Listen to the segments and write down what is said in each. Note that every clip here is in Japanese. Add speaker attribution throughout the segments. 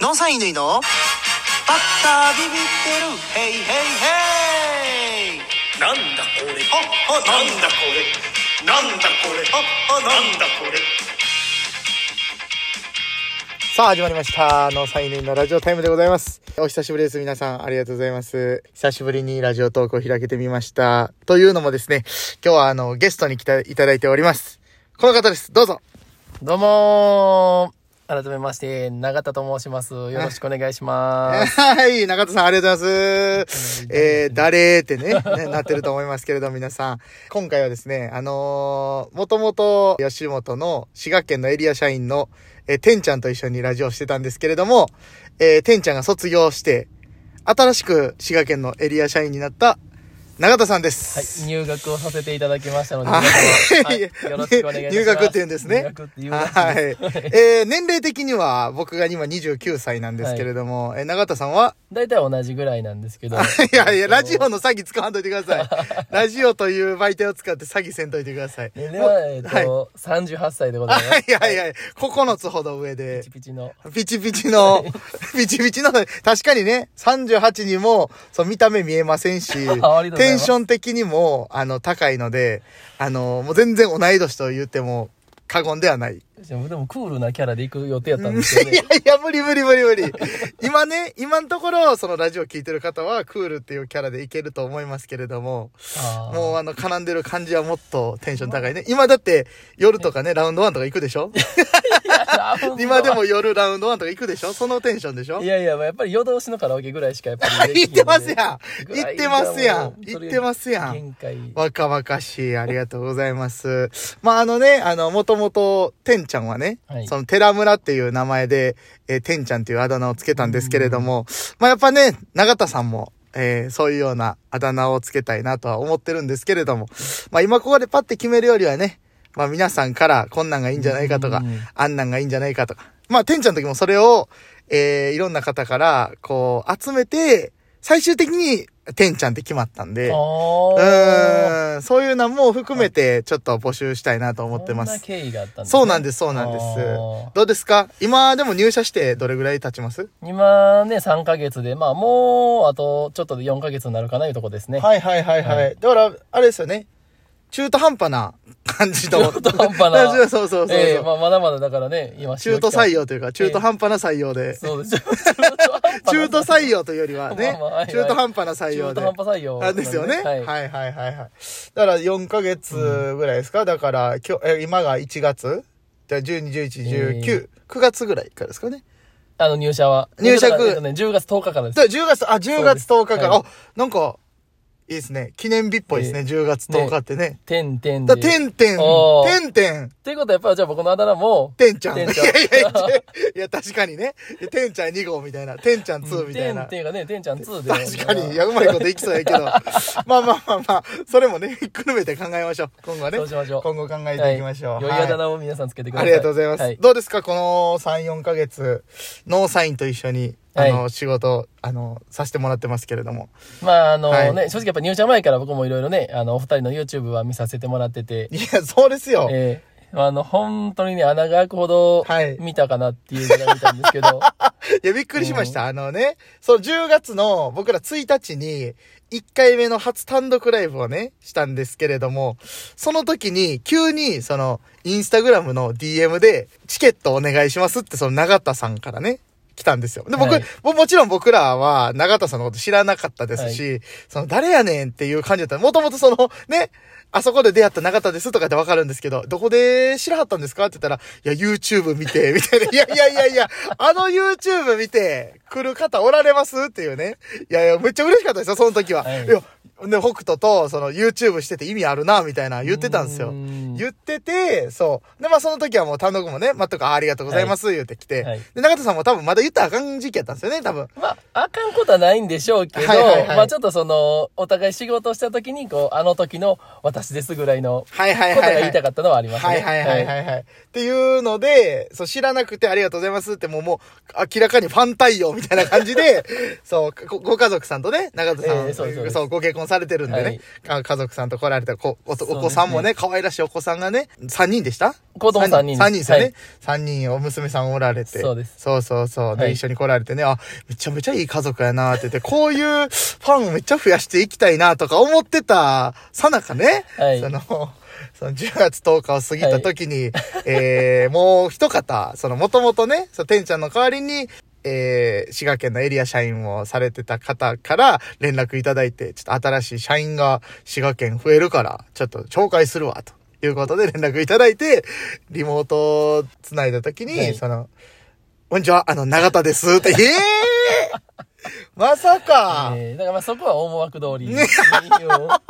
Speaker 1: ノンサイン縫いのバッタービビってるヘイヘイヘイ
Speaker 2: なんだこれ
Speaker 1: ああ
Speaker 2: なんだこれなんだこれ
Speaker 1: ああ
Speaker 2: なんだこれ
Speaker 3: さあ始まりました。のサインインのラジオタイムでございます。お久しぶりです。皆さんありがとうございます。久しぶりにラジオトークを開けてみました。というのもですね、今日はあのゲストに来ていただいております。この方です。どうぞ。
Speaker 4: どうもー改めまして、永田と申します。よろしくお願いし ます。
Speaker 3: はい、中田さんありがとうございます。えー、誰ってねねなってると思いますけれど、皆さん。今回はですね、あのー、もともと吉本の滋賀県のエリア社員の、えー、てんちゃんと一緒にラジオしてたんですけれども、えー、てんちゃんが卒業して、新しく滋賀県のエリア社員になった永田さんです。
Speaker 4: はい、入学をさせていただきましたので、
Speaker 3: はい
Speaker 4: 皆様はい、よろしくお願いいたします。
Speaker 3: 入学っていうんですね
Speaker 4: 入学っていうわけ
Speaker 3: はい
Speaker 4: です。はい。
Speaker 3: えー、年齢的には僕が今29歳なんですけれども、えー永田さんは
Speaker 4: 大体同じぐらいなんですけど。
Speaker 3: いやいや、ラジオ
Speaker 4: の。
Speaker 3: の詐欺使わんといてくださ い。ラジオという媒体を使って詐欺せんといてください。
Speaker 4: 年齢
Speaker 3: もう
Speaker 4: は、えっと、38歳でございます。
Speaker 3: いやいや、9つほど上
Speaker 4: ピ
Speaker 3: で
Speaker 4: チ、ピチの。
Speaker 3: ピチピチの、ピチピチの、確かにね、38にも、そう、見た目見えませんし
Speaker 4: ありがとうございま、す
Speaker 3: テンション的にも、あの、高いので、あの、もう全然同い年と言っても、過言ではない。
Speaker 4: でも、でもクールなキャラで行く予定やったんです
Speaker 3: い
Speaker 4: よ
Speaker 3: や
Speaker 4: ね。
Speaker 3: いや、無理無理無理無理。今ね、今のところ、そのラジオ聞いてる方は、クールっていうキャラでいけると思いますけれども、
Speaker 4: あー
Speaker 3: もうあの、絡んでる感じはもっとテンション高いね。今だって、夜とかね、ラウンドワンとか行くでし ょ今でも夜ラウンドワンとか行くでしょそのテンションでしょ
Speaker 4: いやいや、まあやっぱり夜通しのカラオケぐらいしかやっぱりで
Speaker 3: 言っ
Speaker 4: きひ
Speaker 3: て
Speaker 4: んの
Speaker 3: ま
Speaker 4: で。
Speaker 3: すやん言ってますやん
Speaker 4: ぐらい
Speaker 3: 言ってますやん
Speaker 4: 限界。
Speaker 3: 若々しい、ありがとうございます。まあ、あのね、あの、もともと、てんちゃんはね、
Speaker 4: はい
Speaker 3: その、寺村っていう名前で、えーてんちゃんっていうあだ名をつけたんですけれども、まあ、やっぱね、永田さんも、えーそういうようなあだ名をつけたいなとは思ってるんですけれども、まあ、今ここでパッて決めるよりはね、まあ、皆さんからこんなんがいいんじゃないかとか
Speaker 4: うん、
Speaker 3: あんなんがいいんじゃないかとか。まあ、てんちゃんの時もそれを、えーいろんな方から、こう、集めて、最終的に、てんちゃんって決まったんで。
Speaker 4: あー。
Speaker 3: うんそういうのも含めて、ちょっと募集したいなと思ってま
Speaker 4: そんな
Speaker 3: す。
Speaker 4: 経緯があったんです、
Speaker 3: そうなんです、そうなんです
Speaker 4: あ。
Speaker 3: どうですか今でも入社してどれぐらい経ちます
Speaker 4: ー。今ね、3ヶ月で、まあもう、あと、ちょっとで4ヶ月になるかないうとこですね。
Speaker 3: はいはいはいはい。だから、あれですよね。中途半端な感じと。
Speaker 4: 中途半端な
Speaker 3: そう そうそうそう。
Speaker 4: ええまあまだまだだからね、今、
Speaker 3: 中途採
Speaker 4: 用。
Speaker 3: 用というか、中途半端な採用で。
Speaker 4: そ うです。中途半端な
Speaker 3: 中途採用というよりはね
Speaker 4: まあまあはいは、い
Speaker 3: 中途半端な採用
Speaker 4: 中
Speaker 3: で
Speaker 4: 途。半端採用
Speaker 3: あですよね。
Speaker 4: は。
Speaker 3: はいいはいはいはい。だから4ヶ月ぐらいですか、だから今日、え今が1月じゃあ12、11、19、9月ぐらいからですかね。
Speaker 4: あの、入社は。
Speaker 3: 入社
Speaker 4: だからね、10月10日からです。
Speaker 3: だから10月、あ、10月10日から、
Speaker 4: はい
Speaker 3: あ、なんか、いいですね。記念日っぽいですね、
Speaker 4: え
Speaker 3: 10月10日ってね。
Speaker 4: てんてん
Speaker 3: だ
Speaker 4: で。
Speaker 3: から、て
Speaker 4: っ
Speaker 3: んてん、
Speaker 4: おー
Speaker 3: てんてん、
Speaker 4: ていうことは、やっぱりじゃあ僕のあだ名も、
Speaker 3: てんちゃん。いや
Speaker 4: てん
Speaker 3: い
Speaker 4: ちゃん
Speaker 3: やいや、いや、確かにね。いやてんちゃん2号みたいな、てんちゃん2みた
Speaker 4: て
Speaker 3: いな。
Speaker 4: んてんがね、てんちゃん2で。
Speaker 3: 確かに、いや、うまいこといきそうやけ ど。まあまあまあまあ、それもね、ひっくるめて考えましょう。今後はね。
Speaker 4: そうしましょう
Speaker 3: 今後考え
Speaker 4: は
Speaker 3: て
Speaker 4: い
Speaker 3: いきましょう。
Speaker 4: 良いあだ名を皆さんつけてくだ
Speaker 3: あ
Speaker 4: さい。
Speaker 3: りがとうございます。
Speaker 4: は
Speaker 3: どうですかこの3、4ヶ月、ノーサインと一緒に、あの、
Speaker 4: は
Speaker 3: 仕事、あの、させてもらってますけれども。
Speaker 4: まああの
Speaker 3: はい
Speaker 4: ね、正直やっぱ入社前から僕もいろいろね、あの、お二人の YouTube は見させてもらってて、
Speaker 3: いや、そうですよ。
Speaker 4: ええあの、本当にね、穴が開くほど
Speaker 3: はい
Speaker 4: 見たかなっていうぐらい見たんです けど、
Speaker 3: いや、びっくりしました。あのね、その10月の僕ら1日に、1回目の初単独ライブをね、したんですけれども、その時に、急に、その、インスタグラムの DM で、チケットお願いしますって、その永田さんからね、来たんですよ。で、僕、
Speaker 4: はい
Speaker 3: ももちろん僕らは、永田さんのこと知らなかったですし、その、誰やねんっていう感じだった。もともとその、ね、あそこで出会った永田ですとかってわかるんですけど、どこで知らはったんですかって言ったら、いや、YouTube 見て、みたいな。いやいやいやいや、あの YouTube 見て、来る方おられますっていうね。いやいや、めっちゃ嬉しかったですよ、その時は。
Speaker 4: はい
Speaker 3: いやで、北斗と、その、YouTube してて意味あるな、みたいな言ってたんですよ
Speaker 4: う。ん
Speaker 3: 言ってて、そう。で、まあ、その時はもう単独もね、まあ、とか、あありがとうございます、言ってきて。
Speaker 4: はい
Speaker 3: で、中田さんも多分まだ言ったらあかん時期やったんですよね、多分。
Speaker 4: まあ、あかんことはないんでしょうけど、
Speaker 3: はいはいはい
Speaker 4: まあちょっとその、お互い仕事した時に、こう、あの時の私ですぐらいの、
Speaker 3: はいはい
Speaker 4: こ
Speaker 3: は
Speaker 4: とが
Speaker 3: い、は
Speaker 4: 言いたかったのはありますね。
Speaker 3: はいはいはいはいはい。っていうので、そう、知らなくてありがとうございますって、もうもう、明ら かにファン対応みたいな感じで、そう、ごご家族さんとね、長田さん、
Speaker 4: ええそうですそうです
Speaker 3: ご結婚されてるんでね、か家族さんと来られたこおとお子さんもね可愛らしいお子さんがね3人でした
Speaker 4: 子供三人です
Speaker 3: 3人ですよね、
Speaker 4: はい
Speaker 3: 3人お娘さんおられて
Speaker 4: そうです
Speaker 3: そうそうそうで、
Speaker 4: はい
Speaker 3: 一緒に来られてねあめちゃめちゃいい家族やなって言ってこういうファンをめっちゃ増やしていきたいなとか思ってたさなかね、
Speaker 4: はい
Speaker 3: そのその10月10日を過ぎた時に、えー、もう一方、そのもともとね、そのてんちゃんの代わりに、えー、滋賀県のエリア社員をされてた方から連絡いただいて、ちょっと新しい社員が滋賀県増えるから、ちょっと紹介するわ、ということで連絡いただいて、リモートをつないだ時に、
Speaker 4: はい
Speaker 3: その、こんにちは、あの、長田です、って、えー、まさか、
Speaker 4: えーだからまあそこは思惑通り に。あ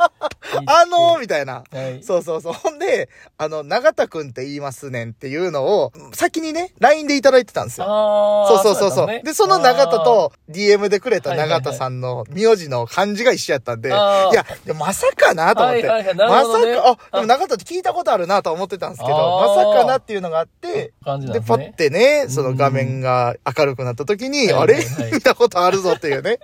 Speaker 3: あのー、みたいな。
Speaker 4: はい
Speaker 3: そうそうそう。ほんで、あの、永田くんって言いますねんっていうのを、先にね、LINE でいただいてたんですよ。
Speaker 4: あ
Speaker 3: そう
Speaker 4: ー
Speaker 3: そうそうそう。
Speaker 4: やったね
Speaker 3: で、その永田と DM でくれた
Speaker 4: はいはいは
Speaker 3: 永
Speaker 4: い
Speaker 3: 田さんの名字の漢字が一緒やったんで、い
Speaker 4: あー
Speaker 3: や、でもまさかなと思って。
Speaker 4: はいはいはいな
Speaker 3: ま
Speaker 4: る
Speaker 3: さ
Speaker 4: ほどね
Speaker 3: か、あ、でも永田って聞いたことあるなとは思ってたんですけど、ま
Speaker 4: あー
Speaker 3: さかなっていうのがあって、
Speaker 4: 感じなん
Speaker 3: で、
Speaker 4: です
Speaker 3: パ
Speaker 4: ね
Speaker 3: ッてね、その画面が明るくなった時に、
Speaker 4: うん
Speaker 3: あれ、
Speaker 4: はいはいはい
Speaker 3: 見たことあるぞっていう ね。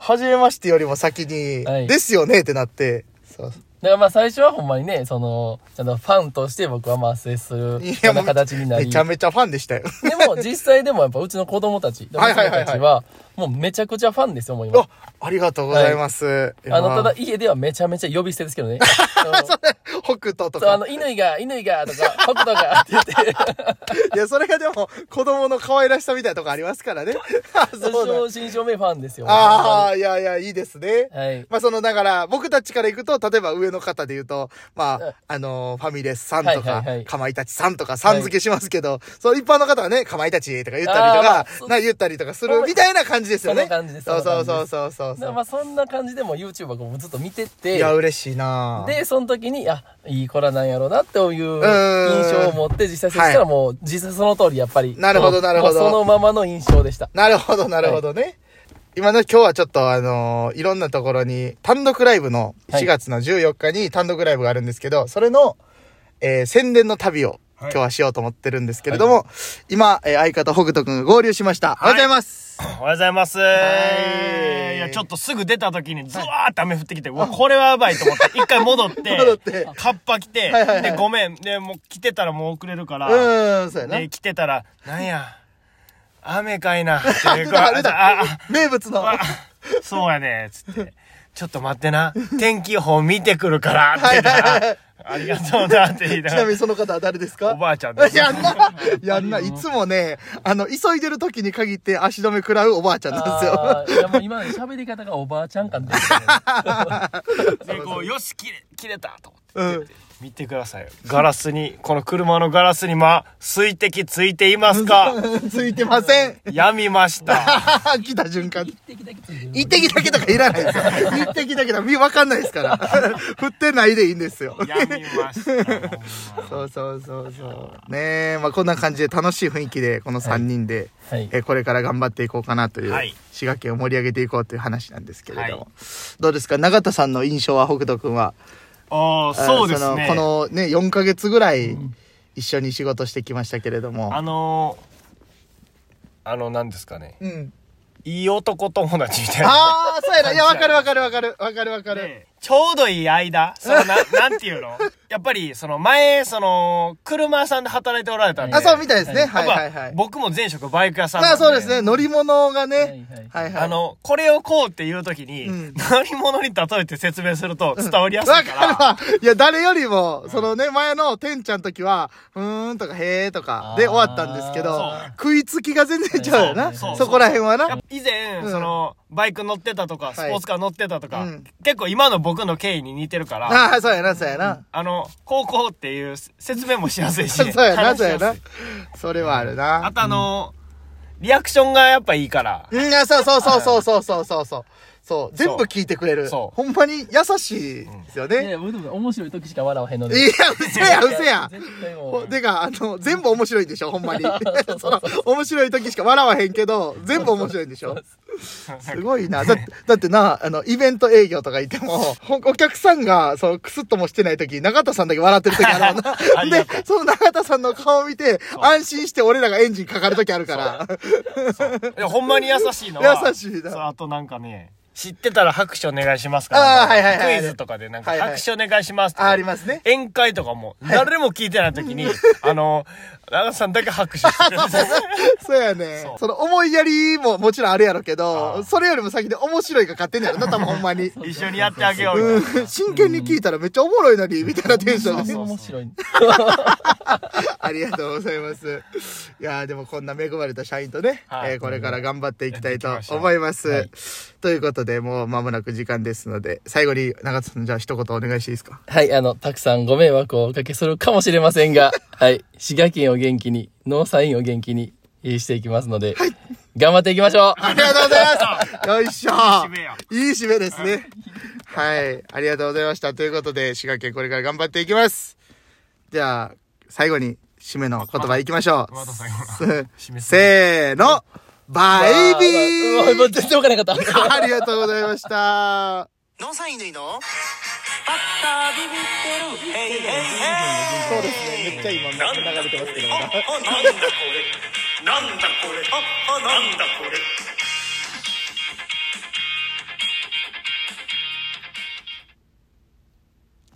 Speaker 3: 初めましてよりも先に、
Speaker 4: はい
Speaker 3: ですよねってなって。そう
Speaker 4: だからまあ最初はほんまにね、その、ちゃんとファンとして僕はまあ接するよ
Speaker 3: いう
Speaker 4: な形になり。
Speaker 3: めちゃめちゃファンで したよ。
Speaker 4: でも実際でもやっぱうちの子供たち、
Speaker 3: はいはいはいはい
Speaker 4: 娘たちは、もうめちゃくちゃファンですよ、もう今
Speaker 3: あ。、ありがとうございます。いや
Speaker 4: あの、ただ、家ではめちゃめちゃ呼び捨てですけどね。そう
Speaker 3: 北斗と
Speaker 4: そう、
Speaker 3: か。
Speaker 4: あの、乾が、乾が、とか、北斗が、って言って、
Speaker 3: いや、それがでも、子供の可愛らしさみたいなとこありますからね。 あ そうだ。
Speaker 4: 正真正銘ファンですよ。
Speaker 3: ああ、いやいや、いいですね。
Speaker 4: はい
Speaker 3: まあ、その、だから、僕たちから行くと、例えば上の方で言うと、ま
Speaker 4: うん
Speaker 3: あ、あのーファミレスさんと
Speaker 4: は
Speaker 3: か
Speaker 4: いはいはい、
Speaker 3: かまいたちさんとか、さん付けしますけど、そう、一般の方はね、かまいたちとか言ったりと
Speaker 4: あ
Speaker 3: か
Speaker 4: ーまあ、
Speaker 3: な、言ったりとかするみたいな感じですよね。
Speaker 4: そんな感じです
Speaker 3: そうそう
Speaker 4: そん
Speaker 3: そ
Speaker 4: な
Speaker 3: うそうそう
Speaker 4: だか
Speaker 3: そ
Speaker 4: ら
Speaker 3: う
Speaker 4: ま。あそんな感じでも YouTube はこうずっと見て
Speaker 3: い
Speaker 4: て、
Speaker 3: や、嬉しいなぁ
Speaker 4: で、その時に、あ、いい子らなんやろうなっていう
Speaker 3: ーん
Speaker 4: 印象を持って実際接した
Speaker 3: は
Speaker 4: らもう実際その通りやっぱり。
Speaker 3: なるほど
Speaker 4: もう
Speaker 3: なるほど
Speaker 4: もうそのままの印象で した。
Speaker 3: なるほど、なるほどね。今の今日はちょっとあのーいろんなところに、単独ライブの
Speaker 4: はい
Speaker 3: 4月の14日に単独ライブがあるんですけど、それの、えー宣伝の旅を今日はしようと思ってるんですけれども、今、えー相方北斗くんが合流しました。おはようございます。
Speaker 5: おはようございます。
Speaker 3: はい
Speaker 5: いや、ちょっとすぐ出た時にズワーって雨降ってきて、うわ、これはやばいと思って、一回戻って、
Speaker 3: 戻って
Speaker 5: カッパ来て、
Speaker 3: はいはいはい
Speaker 5: で、ごめん、で、もう来てたらもう遅れるか
Speaker 3: う
Speaker 5: ら、
Speaker 3: ーん、そうやな。
Speaker 5: で、来てたら、なんや、雨かいな、っていう
Speaker 3: あれ
Speaker 5: ああ
Speaker 3: だ、名物 の。
Speaker 5: あそうやね、つって。ちょっと待ってな、天気予報見てくるから、って言ったら、ありがとうな、って言いな
Speaker 3: ちな
Speaker 5: がら
Speaker 3: みにその方は誰ですか
Speaker 5: おばあちゃんで す。
Speaker 3: やんな、やんな、いつもね、あの、急いでる時に限って足止め食らうおばあちゃんなんですよ。
Speaker 4: あーいやもう今の喋り方がおばあちゃん感ですよね。
Speaker 5: で、こう、よし、切れ、切れた、と思って。
Speaker 3: うん。
Speaker 5: 見てくださいよガラスにこの車のガラスにま水滴ついていますか
Speaker 3: ついてません。
Speaker 5: やみま した
Speaker 3: 来た瞬間。
Speaker 4: 一滴だけついてる
Speaker 3: 一滴だけとかいらないですよ。一滴だけだ。み、わかんないですから。 振ってないでいいんですよ。
Speaker 5: やみましたほんま
Speaker 3: そうそうそうそう。ねえ、まあこんな感じで楽しい雰囲気で、この3人で、
Speaker 4: はい
Speaker 3: えーこれから頑張っていこうかなという、
Speaker 5: はい
Speaker 3: 滋賀県を盛り上げていこうという話なんですけれども。
Speaker 5: はい
Speaker 3: どうですか永田さんの印象は北斗くんは。
Speaker 5: ああそうですね
Speaker 3: あーそのこのね、4ヶ月ぐらい一緒に仕事してきましたけれど
Speaker 5: あ
Speaker 3: も。
Speaker 5: のー、あの何ですかね
Speaker 3: うん。
Speaker 5: いい男友達みたいな
Speaker 3: ああ、そうやな。いや、わかるわかるわかる。わかるわかる。
Speaker 5: で ちょうどいい間その ななんていうのやっぱりその前その車屋さんで働いておられたんで
Speaker 3: あ、そうみたいですね。
Speaker 5: や
Speaker 3: は
Speaker 5: っ
Speaker 3: い
Speaker 5: ぱ
Speaker 3: はいはい。
Speaker 5: 僕も前職バイク屋さん
Speaker 3: ま
Speaker 5: なん
Speaker 3: あそうですね、乗り物がね、は
Speaker 4: はい
Speaker 3: はい。
Speaker 5: あ、の、これをこうっていう時に、
Speaker 3: うん
Speaker 5: 何者に例えて説明すると伝わりやすい
Speaker 3: わ
Speaker 5: か、
Speaker 3: からるわ。いや、誰よりも、そのね、前のてんちゃん時は、うーんとか、へーとか、で
Speaker 4: あー
Speaker 3: 終わったんですけど
Speaker 5: そう、
Speaker 3: 食いつきが全然ちゃうよな。
Speaker 5: そうそう
Speaker 3: そこら辺はな。
Speaker 5: 以前、
Speaker 3: うん
Speaker 5: その、バイク乗ってたとか、スポーツカー乗ってたとか、
Speaker 3: うん
Speaker 5: 結構今の僕の経緯に似てるから、
Speaker 3: ああ、そうやな、そうやな。
Speaker 5: あの、高校っていう説明もしやすいし、
Speaker 3: そうやな、
Speaker 5: 話し
Speaker 3: そうや
Speaker 5: やすい
Speaker 3: な。それはあるな
Speaker 5: あ。とあの、リアクションがやっぱいいから、
Speaker 3: うん、あそうそうそうそうそうそうそうそう。そう、全部聞いてくれる。
Speaker 5: そう
Speaker 3: ほんまに優しいですよ
Speaker 4: い
Speaker 3: ね。
Speaker 4: や僕でも面白い時しか笑わへんの
Speaker 3: い
Speaker 4: で。
Speaker 3: や、うせや、うせや。
Speaker 4: 絶対も
Speaker 3: ほ
Speaker 4: う。
Speaker 3: でか、あの、全部面白いでしょ、ほんま に。
Speaker 4: そう
Speaker 3: そ
Speaker 4: そう
Speaker 3: の、面白い時しか笑わへんけど、全部面白いんでしょすごいな。だって、だってな、あの、イベント営業とかいても、ほんお客さんが、そう、クスッともしてない時、永田さんだけ笑ってる時あるもん
Speaker 5: あり
Speaker 3: な。
Speaker 5: が
Speaker 3: で、その永田さんの顔を見て、安心して俺らがエンジンかかる時あるから。
Speaker 5: いやほんまに優しいのは、
Speaker 3: 優しいな
Speaker 5: そうあとなんかね、知ってたら拍手お願いしますか
Speaker 3: あーはいはいは
Speaker 5: ら、
Speaker 3: いはい
Speaker 5: クイズとかでなんか
Speaker 3: はいはい
Speaker 5: 拍手お願いしますと
Speaker 3: あ
Speaker 5: か
Speaker 3: ありますね。
Speaker 5: 宴会とかも、誰も聞いてない時 に、あの、長田さんだけ拍手してくれて
Speaker 3: そうやね
Speaker 5: そ。う
Speaker 3: その思いやりももちろんあるやろうけ
Speaker 5: あ
Speaker 3: ど、
Speaker 5: あ
Speaker 3: それよりも先で面白いか勝手にやろな、多分ほんま に。
Speaker 5: 一緒にやってあげようみたいな。
Speaker 3: うん真剣に聞いたらめっちゃおもろいのに、みたいなテンションで。
Speaker 4: 面白い。
Speaker 3: ありがとうございます。いやーでもこんな恵まれた社員とね、
Speaker 5: はい
Speaker 3: えーこれから頑張っていきたいと
Speaker 5: やっていきましょう
Speaker 3: 思います。
Speaker 4: はい
Speaker 3: ということで、もう間もなく時間ですので、最後に長田さん、じゃあ一言お願いしていいですか
Speaker 4: はい、あの、たくさんご迷惑をおかけするかもしれませんが、はい、滋賀県を元気に、農産院を元気に、えーしていきますので、頑張っていきましょう
Speaker 3: ありがとうございます。よいしょ。
Speaker 5: 締めよ
Speaker 3: いい締めですね。はい。ありがとうございました。ということで、滋賀県これから頑張っていきます。じゃあ、最後に締めの言葉いきましょ
Speaker 5: また最後の
Speaker 3: う。せーの、バイビ
Speaker 4: あーもう
Speaker 3: ー
Speaker 4: 全然わからなかった。
Speaker 3: ありがとうございました。
Speaker 1: ノンサインのいのバッタービビってるヘイヘイヘイ
Speaker 3: そうですね。めっちゃ今流れてますけど
Speaker 2: なんだこれなんだこれなんだこれ